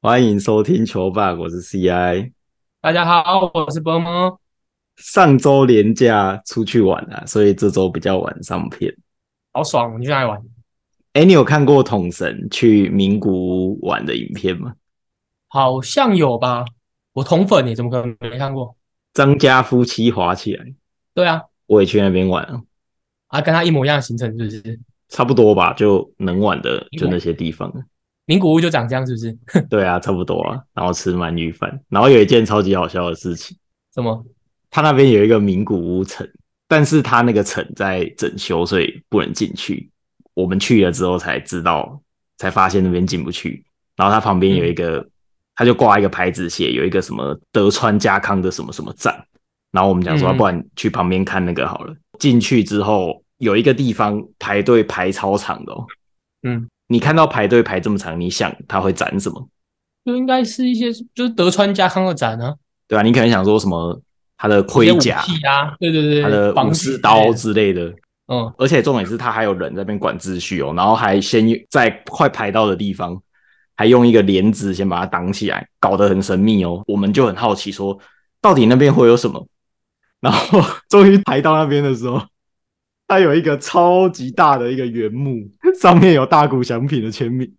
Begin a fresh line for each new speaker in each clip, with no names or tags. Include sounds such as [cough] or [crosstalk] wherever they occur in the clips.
欢迎收听球霸，我是 CI。
大家好，我是波波。
上周连假出去玩啊，所以这周比较晚上片。
好爽，我们去哪里玩？
哎，你有看过统神去名古屋玩的影片吗？
好像有吧？我同粉你怎么可能没看过？
张家夫妻滑起来，
对啊，
我也去那边玩了，
啊，跟他一模一样的行程是不是？
差不多吧，就能玩的就那些地方。
名古屋就长这样是不是？
对啊，差不多啊。然后吃鳗鱼饭，然后有一件超级好笑的事情，
什么？
他那边有一个名古屋城，但是他那个城在整修，所以不能进去。我们去了之后才知道，才发现那边进不去。然后它旁边有一
嗯
个，他就挂一个牌子写有一个什么德川家康的什么什么站。然后我们讲说，啊
嗯
不然去旁边看那个好了。进去之后有一个地方排队排超长的哦。
嗯，
你看到排队排这么长，你想它会展什么？
就应该是一些就是德川家康的展啊，
对啊，你可能想说什么他的盔
一些
甲
武、器啊，对对对，
他的
防
武
具
士
之
刀
类的，
之类的。
嗯，
而且重点是他还有人在那边管秩序哦，然后还先在快排到的地方，还用一个帘子先把它挡起来，搞得很神秘哦。我们就很好奇说，到底那边会有什么？然后终于排到那边的时候，它有一个超级大的一个原木，上面有大谷翔平的签名，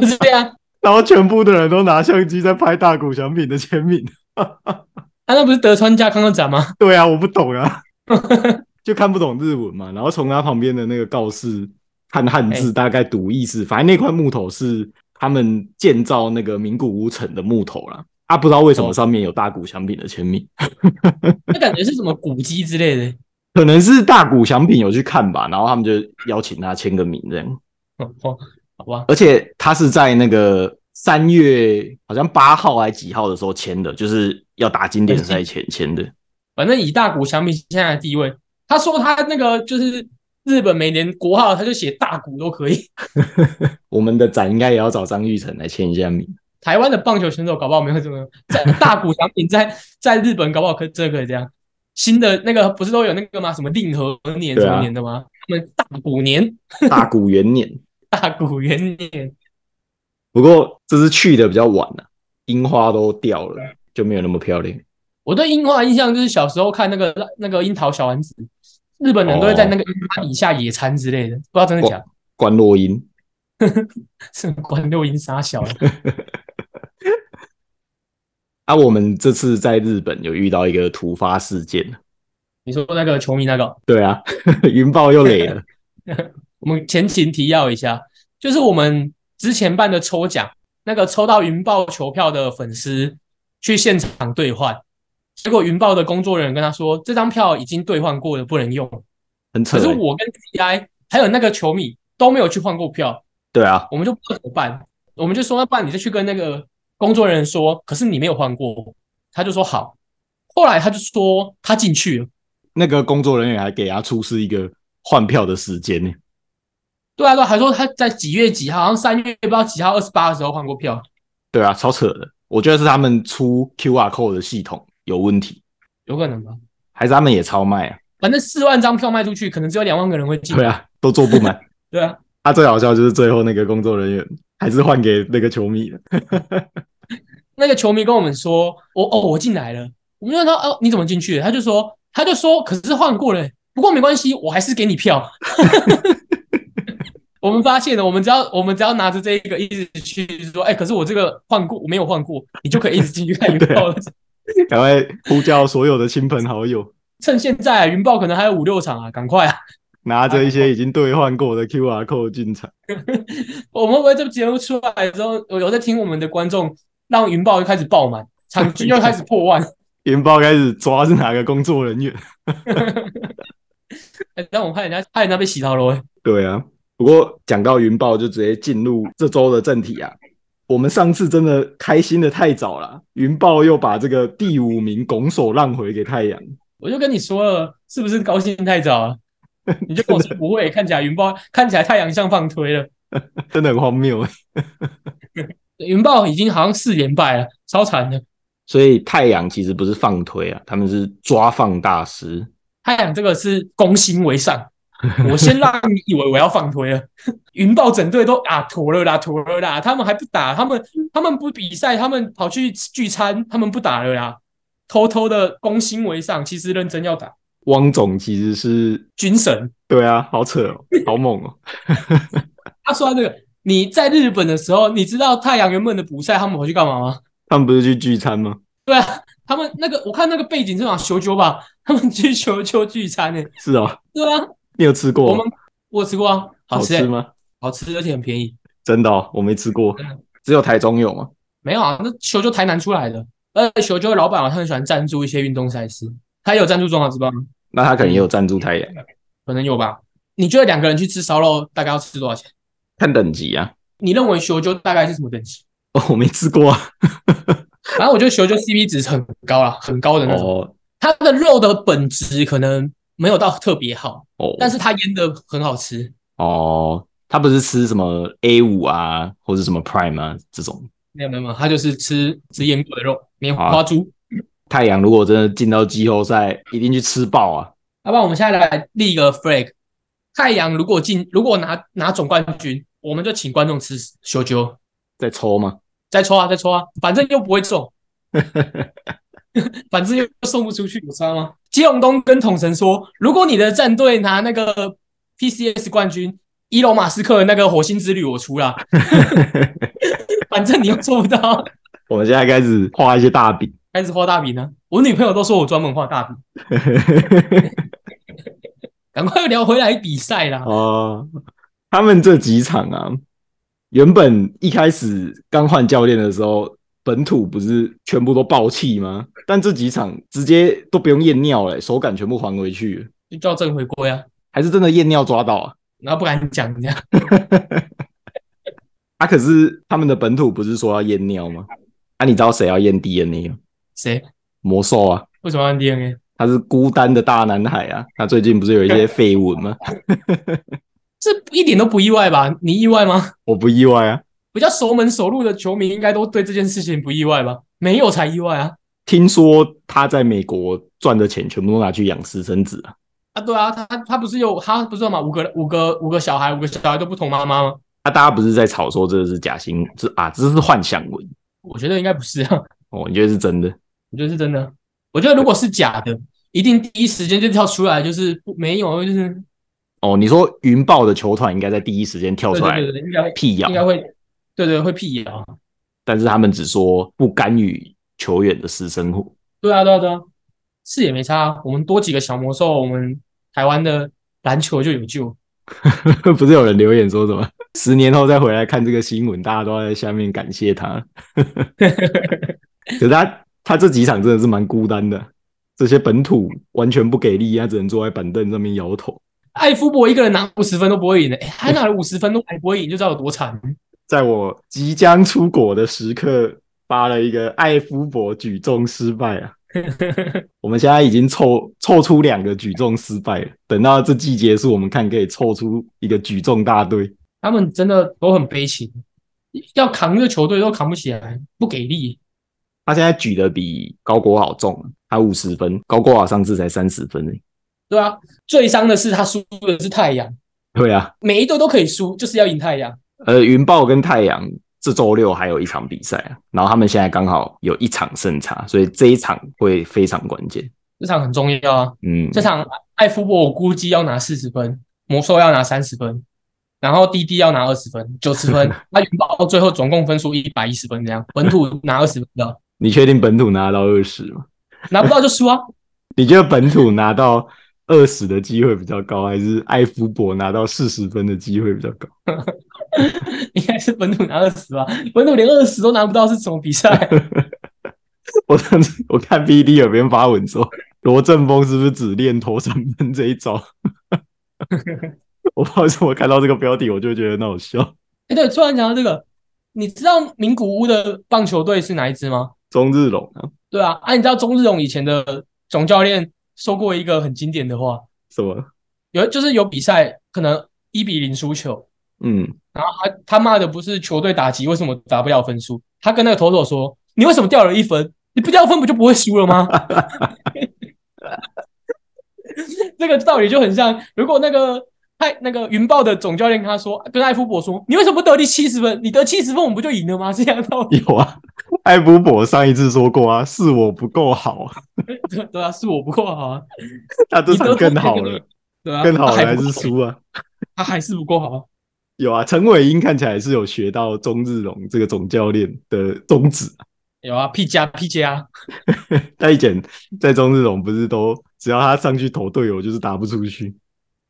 就是这样。
然后全部的人都拿相机在拍大谷翔平的签名。
啊，那不是德川家康的展吗？ [laughs]
对啊，我不懂啊，就看不懂日文嘛。然后从他旁边的那个告示看汉字，
哎
大概读意思。反正那块木头是他们建造那个名古屋城的木头啦。啊，不知道为什么
哦
上面有大谷翔平的签名，
那感觉是什么古迹之类的。
可能是大谷翔平有去看吧，然后他们就邀请他签个名这样。
哦，哦好吧，
而且他是在那个三月好像八号还几号的时候签的，就是要打经典赛前签的。
反正以大谷翔平现在的地位，他说他那个就是日本每年国号，他就写大谷都可以。
我们的展应该也要找张玉成来签一下名。
台湾的棒球选手搞不好没有这么在大谷翔平在在日本搞不好可真的可以这样。新的那个不是都有那个吗？什么令和年
对
什
啊
么年的吗？他们大谷年、
大谷元年，
大谷元年，
不过这次去的比较晚了、啊樱花都掉了，就没有那么漂亮。
我对樱花的印象就是小时候看那个那个樱桃小丸子，日本人都会在那个樱花底下野餐之类的，不知道真的假 [laughs] 的，
关落音，
是关六樱沙小的。
啊，我们这次在日本有遇到一个突发事件，
你说那个球迷那个，
对啊， [laughs] 云豹又累
[laughs]
了，
我们前情提要一下，就是我们之前办的抽奖，那个抽到云豹球票的粉丝去现场兑换，结果云豹的工作人员跟他说，这张票已经兑换过了，不能用。
很扯
可是
欸。
我跟 CI 还有那个球迷都没有去换过票，
对啊，
我们就不知道怎么办，我们就说那不然你就去跟那个工作人员说，可是你没有换过，他就说好。后来他就说他进去了，
那个工作人员还给他出示一个换票的时间呢。
对啊对啊，还说他在几月几号，好像三月不知道几号二十八的时候换过票。
对啊，超扯的。我觉得是他们出 QR code 的系统有问题，
有可能吧，
还是他们也超卖啊？
反正四万张票卖出去，可能只有两万个人会进。
对啊，都做不
[laughs]
满。
对啊，
他、最好笑就是最后那个工作人员还是换给那个球迷了。
那个球迷跟我们说，我哦，我进来了。我们就问他，哦，你怎么进去的？他就说，他就说，可是换过了，不过没关系，我还是给你票。 [laughs] 我们发现了，我们只要我们只要拿着这一个一直去说，哎、可是我这个换过，我没有换过，你就可以一直进去看云
对啊
豹了。
赶快呼叫所有的亲朋好友，
趁现在啊云豹可能还有五六场啊，赶快啊！
拿着一些已经兑换过的 QR code 进场。
我们会不会这节目出来之后，有有在听我们的观众，让云豹就开始爆满，场均又开始破万。
研报开始抓是哪个工作人员？
哎、但我怕人家怕人家被洗到了欸。
对啊，不过讲到云豹，就直接进入这周的正题啊。我们上次真的开心的太早了，云豹又把这个第五名拱手让回给太阳。
我就跟你说了，是不是高兴太早了？你就跟我说不会，看起来云豹看起来太阳像放推了，
真的很荒谬。
云豹已经好像四连败了，超惨的。
所以太阳其实不是放推啊，他们是抓放大师。
太阳这个是攻心为上，我先让你以为我要放推了。云豹整队都啊妥了啦，妥了啦，他们还不打，他们他们不比赛，他们跑去聚餐，他们不打了啦，偷偷的攻心为上，其实认真要打。
汪总其实是
军神，
对啊，好扯哦，好猛哦，
他说到这个，你在日本的时候，你知道太阳原本的补赛他们回去干嘛吗？
他们不是去聚餐吗？
对啊，他们那个我看那个背景是往球球吧， [laughs] 他们去球球聚餐呢、
是哦，
对啊，
你有吃过？
我们我吃过啊，好
好
吃、欸，
吃吗？
好吃而且很便宜。
真的、哦，我没吃过
真的，
只有台中有吗？
没有啊，那球就台南出来的，而且球就的老板啊，他很喜欢赞助一些运动赛事，他也有赞助中华职棒，
那他可能也
嗯
有赞助太阳，
可能有吧？你觉得两个人去吃烧肉大概要吃多少钱？
看等级啊。
你认为球就大概是什么等级？
哦，我没吃过啊。
反正我觉得球就 CP 值是很高啦，很高的那种。
哦
它的肉的本质可能没有到特别好，
哦，
但是它腌的很好吃。
哦，他不是吃什么 A 五啊，或者什么 Prime 啊这种。
没有没有没有，它就是吃吃腌过的肉，棉
好
花
啊
猪。
太阳如果真的进到季后赛，一定去吃爆啊！
要不然我们现在来立一个 flag，太阳如果进，如果拿拿总冠军，我们就请观众吃修啾，
再抽吗？
再抽啊，再抽啊，反正又不会中，反正又 [laughs] 送不出去，有差吗？基隆东跟统神说，如果你的战队拿那个 PCS 冠军，伊隆马斯克的那个火星之旅我出啦，反正你又抽不到，
[laughs]
[laughs]
我们现在开始画一些大饼。
开始画大饼呢。我女朋友都说我专门画大饼，赶快聊回来比赛啦。
哦，他们这几场啊，原本一开始刚换教练的时候，本土不是全部都爆气吗？但这几场直接都不用验尿了、欸手感全部还回去了，
就校正回归啊，
还是真的验尿抓到啊？ [laughs]
然后不敢讲这样。 [laughs]
啊，可是他们的本土不是说要验尿吗？啊，你知道谁要验 DNA 吗？
谁？
魔兽啊，
为什么按 DNA？
他是孤单的大男孩啊，他最近不是有一些绯闻吗？ [laughs]
这一点都不意外吧？你意外吗？
我不意外啊，
比较熟门熟路的球迷应该都对这件事情不意外吧？没有才意外啊！
听说他在美国赚的钱全部都拿去养私生子啊。
啊，对啊，他他不是有他不是嘛？五个五个五个小孩，五个小孩都不同妈妈吗？
啊，大家不是在吵说这是假新闻，这啊这是幻想文
我觉得应该不是啊， [laughs]
哦，你觉得是真的？
我觉得是真的。我觉得如果是假的，一定第一时间就跳出来，就是不没有，就是
哦，你说云豹的球团应该在第一时间跳
对
出来
对对，对应该会
辟
应该
谣，
会，对对会辟谣。
但是他们只说不干预球员的私生活。 [laughs]
对啊对啊对啊，是也没差啊。我们多几个小魔兽，我们台湾的篮球就有救。
不是有人留言说什么十年后再回来看这个新闻，大家都在下面感谢
[laughs]
他。可是他他这几场真的是蛮孤单的，这些本土完全不给力，他只能坐在板凳上面摇头。
艾夫伯一个人拿五十分都不会赢的、欸，他拿了五十分都还不会赢，就知道有多惨。
在我即将出国的时刻，发了一个艾夫伯举重失败啊。我们现在已经凑凑出两个举重失败了，等到这季结束，我们看可以凑出一个举重大队。
他们真的都很悲情，要扛这个球队都扛不起来，不给力。
他现在举的比高国好重啊，他五十分，高国好上次才三十分而已
对啊，最伤的是他输的是太阳，
对啊，
每一队都可以输，就是要赢太阳。
呃，云豹跟太阳这周六还有一场比赛啊，然后他们现在刚好有一场胜差，所以这一场会非常关键。
这场很重要啊！
嗯，
这场艾夫伯我估计要拿四十分，魔兽要拿三十分，然后滴滴要拿二十分，九十分。那云豹最后总共分数一百一十分，这样本土拿二十分的，
你确定本土拿到二十吗？
拿不到就输啊！ [laughs]
你觉得本土拿到二十的机会比较高，还是艾夫伯拿到四十分的机会比较高？ [laughs]
应该是本土拿二十吧，本土连二十都拿不到是什么比赛？啊
我上次我看 B D 有别人发文说，罗振峰是不是只练投三分这一招？ [laughs] 我不知道为什么看到这个标题，我就觉得很好笑。
[laughs] 哎、对，突然讲到这个，你知道名古屋的棒球队是哪一支吗？
中日龙啊，
对啊，啊，你知道中日荣以前的总教练说过一个很经典的话，
什么？
有就是有比赛可能一比零输球，
嗯，
他他骂的不是球队打击为什么打不了分数，他跟那个投手说：“你为什么掉了一分？你不掉分不就不会输了吗？” [laughs] 这个道理就很像，如果那个他那个云豹的总教练跟他说，跟艾夫伯说，你为什么不得第七十分？你得七十分，我们不就赢了吗？这样道理，
有啊，艾夫伯上一次说过啊，是我不够好，
[laughs] 对对啊，是我不够好啊，
他这
你得
场更
过
好
那个
了，
对啊，
更好
他
了
还
还
不
是
够
输啊。
他还是不够好啊。
有啊，陈伟英看起来是有学到中日龙这个总教练的宗旨， [laughs]
有啊，P 加 P 加，
他以前在中日龙不是都只要他上去投队友就是打不出去，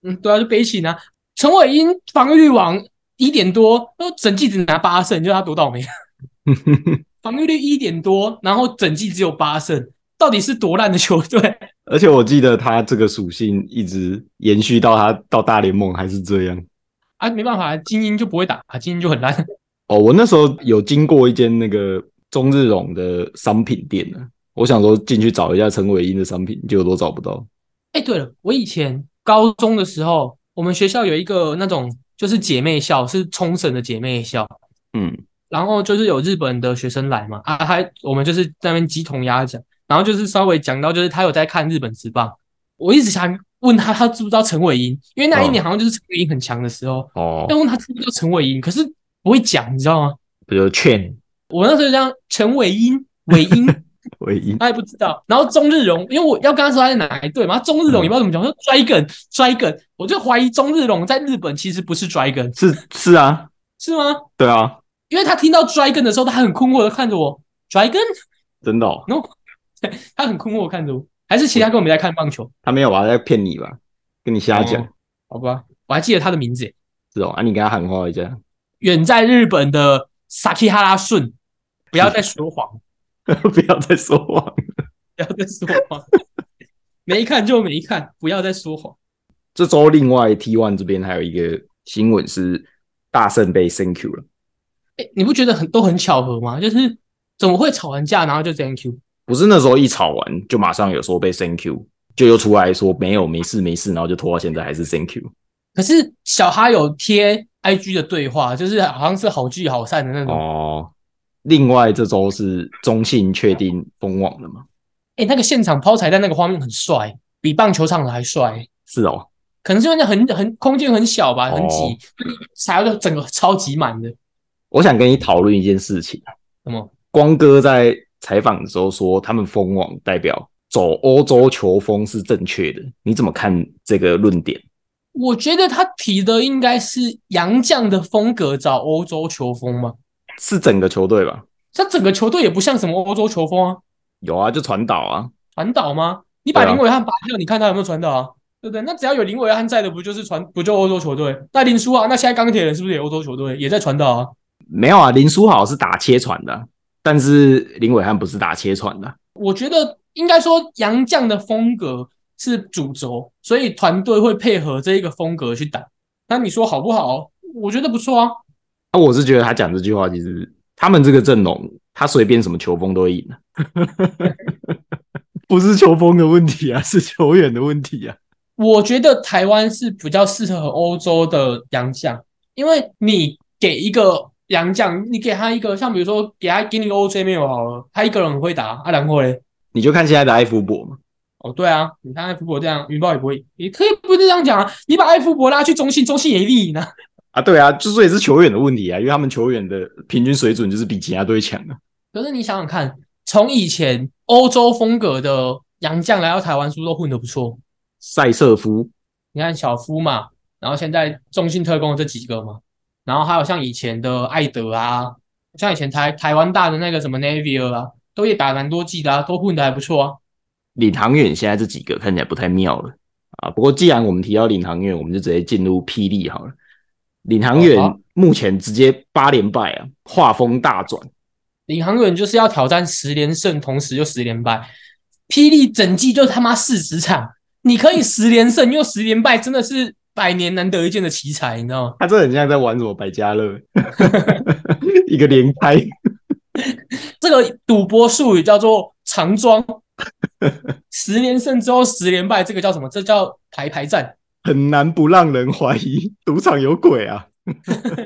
嗯，对啊，就悲情啊。陈伟英防御王一点多，都整季只拿八胜，你知道他多倒霉？啊防御率一点多，然后整季只有八胜，到底是多烂的球队？ [laughs]
而且我记得他这个属性一直延续到他到大联盟还是这样。
啊，没办法，精英就不会打，精英就很烂。
哦，我那时候有经过一间那个中日龙的商品店呢，我想说进去找一下陈伟英的商品，结果都找不到。
哎，对了，我以前高中的时候，我们学校有一个那种就是姐妹校，是冲绳的姐妹校，
嗯，
然后就是有日本的学生来嘛，啊，他我们就是在那边鸡同鸭讲，然后就是稍微讲到就是他有在看日本职棒，我一直想问他他知不知道陈伟英，因为那一年好像就是陈伟英很强的时候，
哦
要问他知不知道陈伟英，可是不会讲，你知道吗？
比如劝
我那时候就这样，陈伟英，伟英，
伟英，
他也不知道。然后中日龙，因为我要跟他说他在哪一队嘛，中日龙也不知道怎么讲，我说 Dragon Dragon，我就怀疑中日龙在日本其实不是 Dragon，
是是啊，
是吗？
对啊，
因为他听到 Dragon 的时候，他很困惑的看着我，Dragon，
真的、
[laughs]
哦，
他很困惑地看着我，还是其他跟我们在看棒球？
他没有吧？在骗你吧？跟你瞎讲、
哦好吧，我还记得他的名字耶，
是哦，啊，你给他喊话一下。 [laughs]
远在日本的萨基哈拉顺，不要再说谎，
不要再说谎了。
不要再说谎， [laughs] 没看就没看，不要再说谎。
[laughs] 这周另外 T One 这边还有一个新闻是大圣被 Thank you 了，
哎，你不觉得很都很巧合吗？就是怎么会吵完架，然后就 Thank you？
不是那时候一吵完就马上有说被 Thank you，就又出来说没有没事没事，然后就拖到现在还是 Thank you。
可是小哈有贴 IG 的对话，就是好像是好聚好散的那种。
哦，另外这周是中信确定封网了吗？
哎、那个现场抛彩弹那个画面很帅，比棒球场的还帅。
是哦，
可能是因为那很很空间很小吧，很
哦
挤，踩到整个超级满的。
我想跟你讨论一件事情。啊
什么？
光哥在采访的时候说，他们封网代表走欧洲球风是正确的，你怎么看这个论点？
我觉得他提的应该是洋将的风格，找欧洲球风嘛。
是整个球队吧？
他整个球队也不像什么欧洲球风啊，
有啊，就传导啊，
传导吗？你把
对啊
林伟汉拔掉，你看他有没有传导啊？对不对？那只要有林伟汉在的，不就是传不就欧洲球队？那林书啊，那现在钢铁人是不是也欧洲球队也在传导啊？
没有啊，林书豪是打切传的啊，但是林伟汉不是打切传的啊。
我觉得应该说洋将的风格是主轴，所以团队会配合这一个风格去打。那你说好不好？我觉得不错啊。
那、我是觉得他讲这句话，其实他们这个阵容，他随便什么球风都会赢啊 [laughs] 不是球风的问题啊，是球员的问题啊。
我觉得台湾是比较适合欧洲的洋将，因为你给一个洋将，你给他一个像比如说给他给你个 E OJ 没有好了，他一个人很会打，啊，然后嘞，
你就看现在的艾夫伯嘛，
哦对啊，你看艾福伯这样，E 云豹也不会，也可以不是这样讲啊，你把艾福伯拉去中信，中信也一定赢啊。
啊，对啊，之所以是球员的问题啊，因为他们球员的平均水准就是比其他队强啊。
可是你想想看，从以前欧洲风格的洋将来到台湾，是不是都混得不错？
塞瑟夫，
你看小夫嘛，然后现在中信特工的这几个嘛，然后还有像以前的艾德啊，像以前台台湾大的那个什么 Navier 啊，都也打蛮多季的啊，都混得还不错啊。
领航员现在这几个看起来不太妙了啊。不过既然我们提到领航员，我们就直接进入霹雳好了。领航
好
员
啊
目前直接八连败啊，画风大转。
领航员就是要挑战十连胜，同时又十连败。霹雳整季就他妈四十场，你可以十连胜又十连败，真的是百年难得一见的奇才，你知道吗？
他这很像在玩什么百家乐， [laughs] 一个连开。
这个赌博术语叫做长庄，十连胜之后十连败，这个叫什么？这叫排排站。
很难不让人怀疑赌场有鬼啊！ [laughs]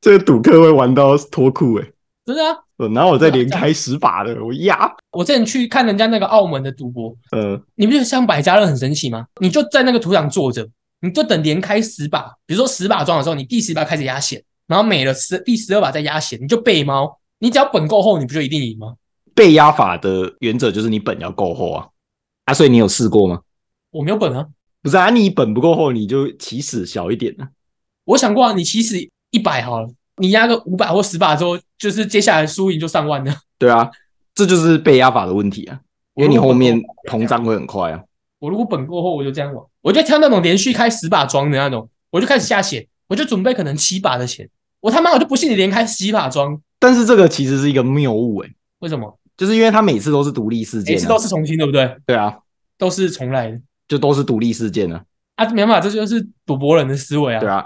这个赌客会玩到脱裤哎、
真的啊！
欸，然后我再连开十把的，我压，
我之前去看人家那个澳门的赌博，
呃，
你不觉得像百家乐很神奇吗？你就在那个土壤坐着，你就等连开十把，比如说十把庄的时候，你第十把开始压险，然后每了十第十二把再压险，你就背猫，你只要本够厚，你不就一定赢吗？
被压法的原则就是你本要够厚啊，啊，所以你有试过吗？
我没有本啊，
不是啊，你本不够厚，你就起始小一点啊。
我想过、啊、你起始一百好了，你压个五百或十把之后，就是接下来输赢就上万了。
对啊，这就是被压法的问题啊，因为你后面膨胀会很快啊。
我如果本过后，我就这样玩，我就挑那种连续开十把庄的那种，我就开始下血，我就准备可能七把的钱。我他妈我就不信你连开七把庄，
但是这个其实是一个谬误诶，
为什么？
就是因为它每次都是独立事件、
每
啊，
次都是重新，对不对？
对啊，
都是重来的
就都是独立事件啊。
啊，没办法，这就是赌博人的思维啊。
对啊，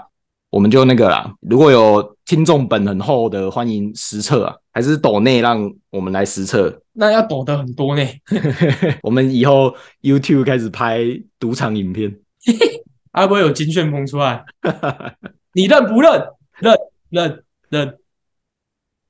我们就那个啦，如果有听众本很厚的，欢迎实测啊，还是抖内让我们来实测。 [laughs]
那要躲得很多呢。
我们以后 YouTube 开始拍赌场影片，
啊，不会有金旋风出来，你认不认？认认认，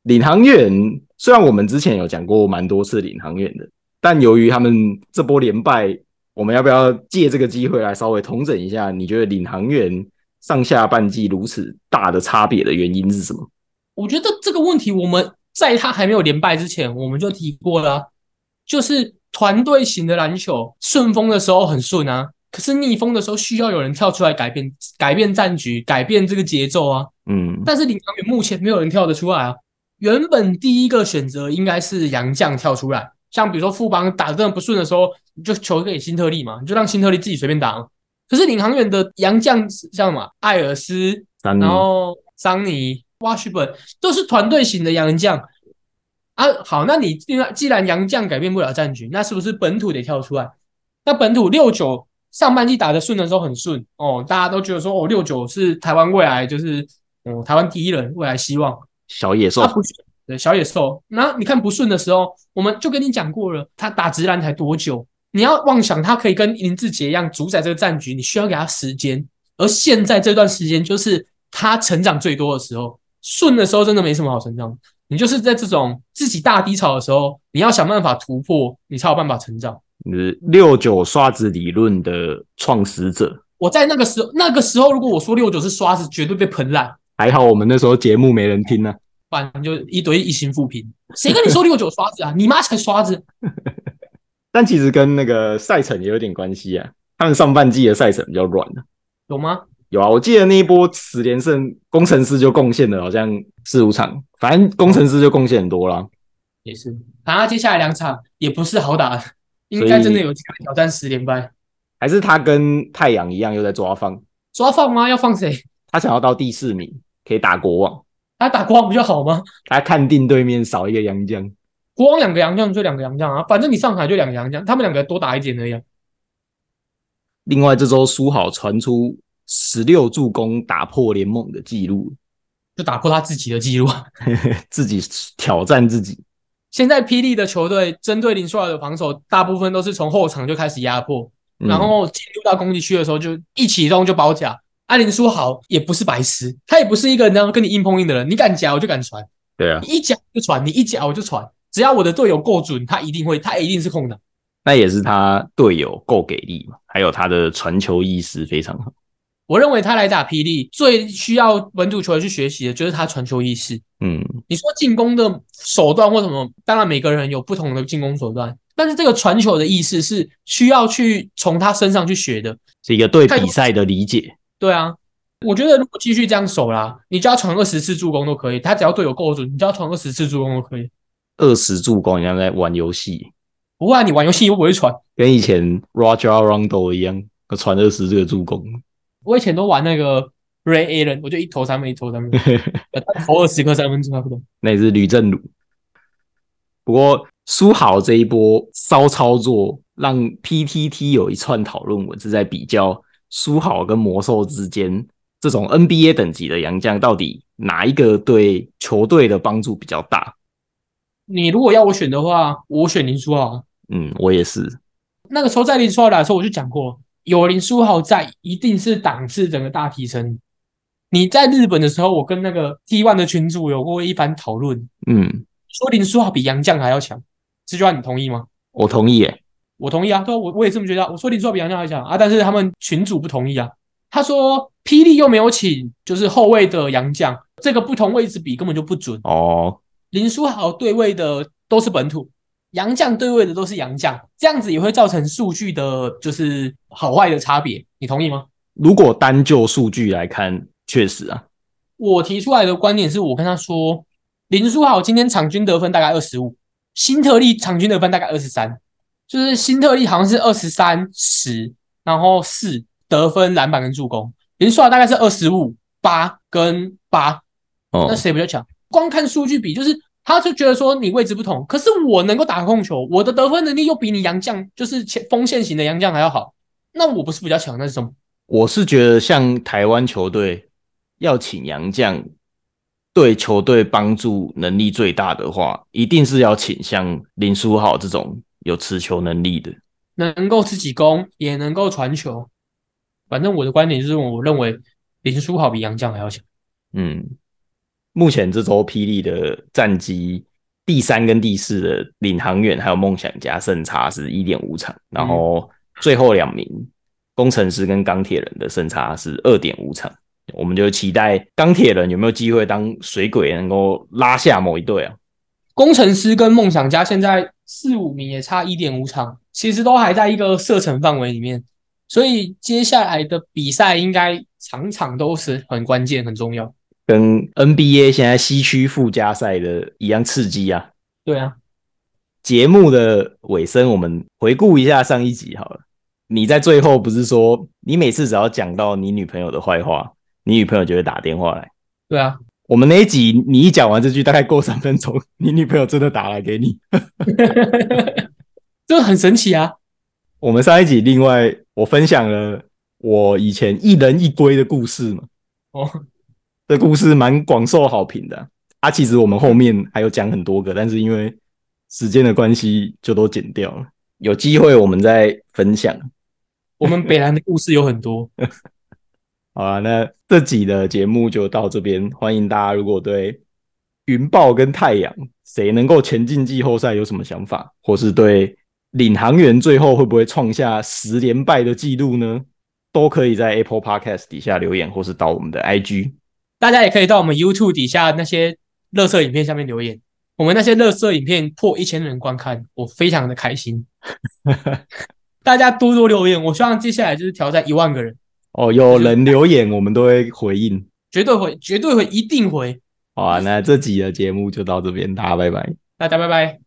领航员虽然我们之前有讲过蛮多次领航员的，但由于他们这波连败，我们要不要借这个机会来稍微统整一下？你觉得领航员上下半季如此大的差别的原因是什么？
我觉得这个问题我们在他还没有连败之前，我们就提过了啊、就是团队型的篮球，顺风的时候很顺啊，可是逆风的时候需要有人跳出来改变改变战局，改变这个节奏啊。
嗯，
但是领航员目前没有人跳得出来啊。原本第一个选择应该是杨绛跳出来，像比如说富邦打得真的不顺的时候，你就球给辛特利嘛，你就让辛特利自己随便打嘛。可是领航员的杨绛像什么艾尔斯，
三
然后桑尼、挖许本都是团队型的洋将啊。好，那你另外既然洋将改变不了战局，那是不是本土得跳出来？那本土六九上半季打得顺的时候很顺哦，大家都觉得说哦六九是台湾未来就是哦台湾第一人未来希望。
小野兽
他，不顺，对小野兽。然后你看不顺的时候，我们就跟你讲过了，他打直男才多久？你要妄想他可以跟林志杰一样主宰这个战局，你需要给他时间。而现在这段时间就是他成长最多的时候，顺的时候真的没什么好成长。你就是在这种自己大低潮的时候，你要想办法突破，你才有办法成长。
就是六九刷子理论的创始者。
我在那个时候，那个时候如果我说六九是刷子，绝对被喷烂，
还好我们那时候节目没人听呢、啊
不然就一堆一星负评。谁跟你说六九刷子啊？你妈才刷子！
但其实跟那个赛程也有点关系啊。他们上半季的赛程比较软啊
有吗？
有啊，我记得那一波十连胜，工程师就贡献了好像四五场，反正工程师就贡献很多啦。
也是，反正他接下来两场也不是好打的，应该真的有机会挑战十连败。
还是他跟太阳一样又在抓放，
抓放吗？要放谁？
他想要到第四名，可以打国王。
他打国王不就好吗？
他看定对面少一个洋将，
国王两个洋将就两个洋将啊，反正你上海就两个洋将，他们两个多打一点而已、啊。
另外这周苏好传出十六助攻打破联盟的记录， [laughs]
就打破他自己的记录啊。 [laughs]
自己挑战自己。
现在霹雳的球队针对林书豪的防守，大部分都是从后场就开始压迫，
嗯
然后进入到攻击区的时候就一启动就包夹。阿林书豪也不是白痴，他也不是一个能跟你硬碰硬的人，你敢夹我就敢传。
对啊
你，一夹我就传，你一夹我就传，只要我的队友够准，他一定会，他一定是空档。
那也是他队友够给力嘛，还有他的传球意识非常好。
我认为他来打霹雳最需要本土球员去学习的就是他传球意识。
嗯，
你说进攻的手段或什么，当然每个人有不同的进攻手段，但是这个传球的意识是需要去从他身上去学的。
是一个对
太
比赛的理解。
对啊，我觉得如果继续这样守啦，你只要传二十次助攻都可以，他只要队友够准，你只要传二十次助攻都可以。
二十助攻，你像在玩游戏，
不会啊，你玩游戏又不会传。
跟以前 Roger Rondo 一样，传二十这个助攻。 [laughs]
我以前都玩那个 Ray Allen，我就一投三分，一投三分。呃他投二十颗三分之差不多。
那也是吕正儒。不过苏豪这一波骚操作，让 PTT 有一串讨论文是在比较苏豪跟魔兽之间这种 NBA 等级的洋将到底哪一个对球队的帮助比较大。
你如果要我选的话，我选林书豪啊。
嗯，我也是。
那个时候在林书豪来的时候，我就讲过，有林书豪在，一定是档次整个大提升。你在日本的时候，我跟那个 T One 的群主有过一番讨论，
嗯，
说林书豪比杨绛还要强，这句话你同意吗？
我同意耶。
我同意啊，对啊我我也这么觉得啊。我说林书豪比杨绛还强啊，但是他们群主不同意啊，他说霹雳又没有请就是后卫的洋将，这个不同位置比根本就不准。
哦，
林书豪对位的都是本土，洋将对位的都是洋将，这样子也会造成数据的就是好坏的差别，你同意吗？
如果单就数据来看，确实啊，
我提出来的观点是我跟他说，林书豪今天场均得分大概二十五，新特利场均得分大概二十三，就是新特利好像是二十三十，然后四得分、篮板跟助攻，林书豪大概是二十五八跟八，
哦
那，谁比较强？光看数据比，就是他就觉得说你位置不同，可是我能够打控球，我的得分能力又比你洋将，就是前锋线型的洋将还要好，那我不是比较强，那是什么？
我是觉得像台湾球队要请洋将，对球队帮助能力最大的话，一定是要请像林书豪这种有持球能力的。
能够自己攻，也能够传球。反正我的观点就是，我认为林书豪比杨绛还要强。
嗯，目前这周霹雳的战绩第三跟第四的领航员还有梦想家胜差是一点五场，然后最后两名工程师跟钢铁人的胜差是二点五场。我们就期待钢铁人有没有机会当水鬼，能够拉下某一队啊？
工程师跟梦想家现在四五名也差一点五场，其实都还在一个射程范围里面，所以接下来的比赛应该场场都是很关键、很重要。
跟 NBA 现在西区附加赛的一样刺激啊！
对啊，
节目的尾声，我们回顾一下上一集好了。你在最后不是说，你每次只要讲到你女朋友的坏话，你女朋友就会打电话来。
对啊，
我们那一集，你一讲完这句，大概过三分钟， [laughs] 你女朋友真的打来给你。
[laughs] 这很神奇啊！
我们上一集另外我分享了我以前一人一龟的故事嘛，
哦，
这故事蛮广受好评的啊。啊，其实我们后面还有讲很多个，但是因为时间的关系，就都剪掉了。有机会我们再分享。
我们北兰的故事有很多。
好啊，那这集的节目就到这边。欢迎大家，如果对云豹跟太阳谁能够前进季后赛有什么想法，或是对领航员最后会不会创下十连败的记录呢？都可以在 Apple Podcast 底下留言，或是到我们的 IG。
大家也可以到我们 YouTube 底下那些乐色影片下面留言。我们那些乐色影片破一千人观看，我非常的开心。 [laughs] 大家多多留言，我希望接下来就是挑战一万个人，
哦，有人留言，我们都会回应。
绝对会，绝对会，一定会。
好啊，那这集的节目就到这边，大家拜拜。
大家拜拜。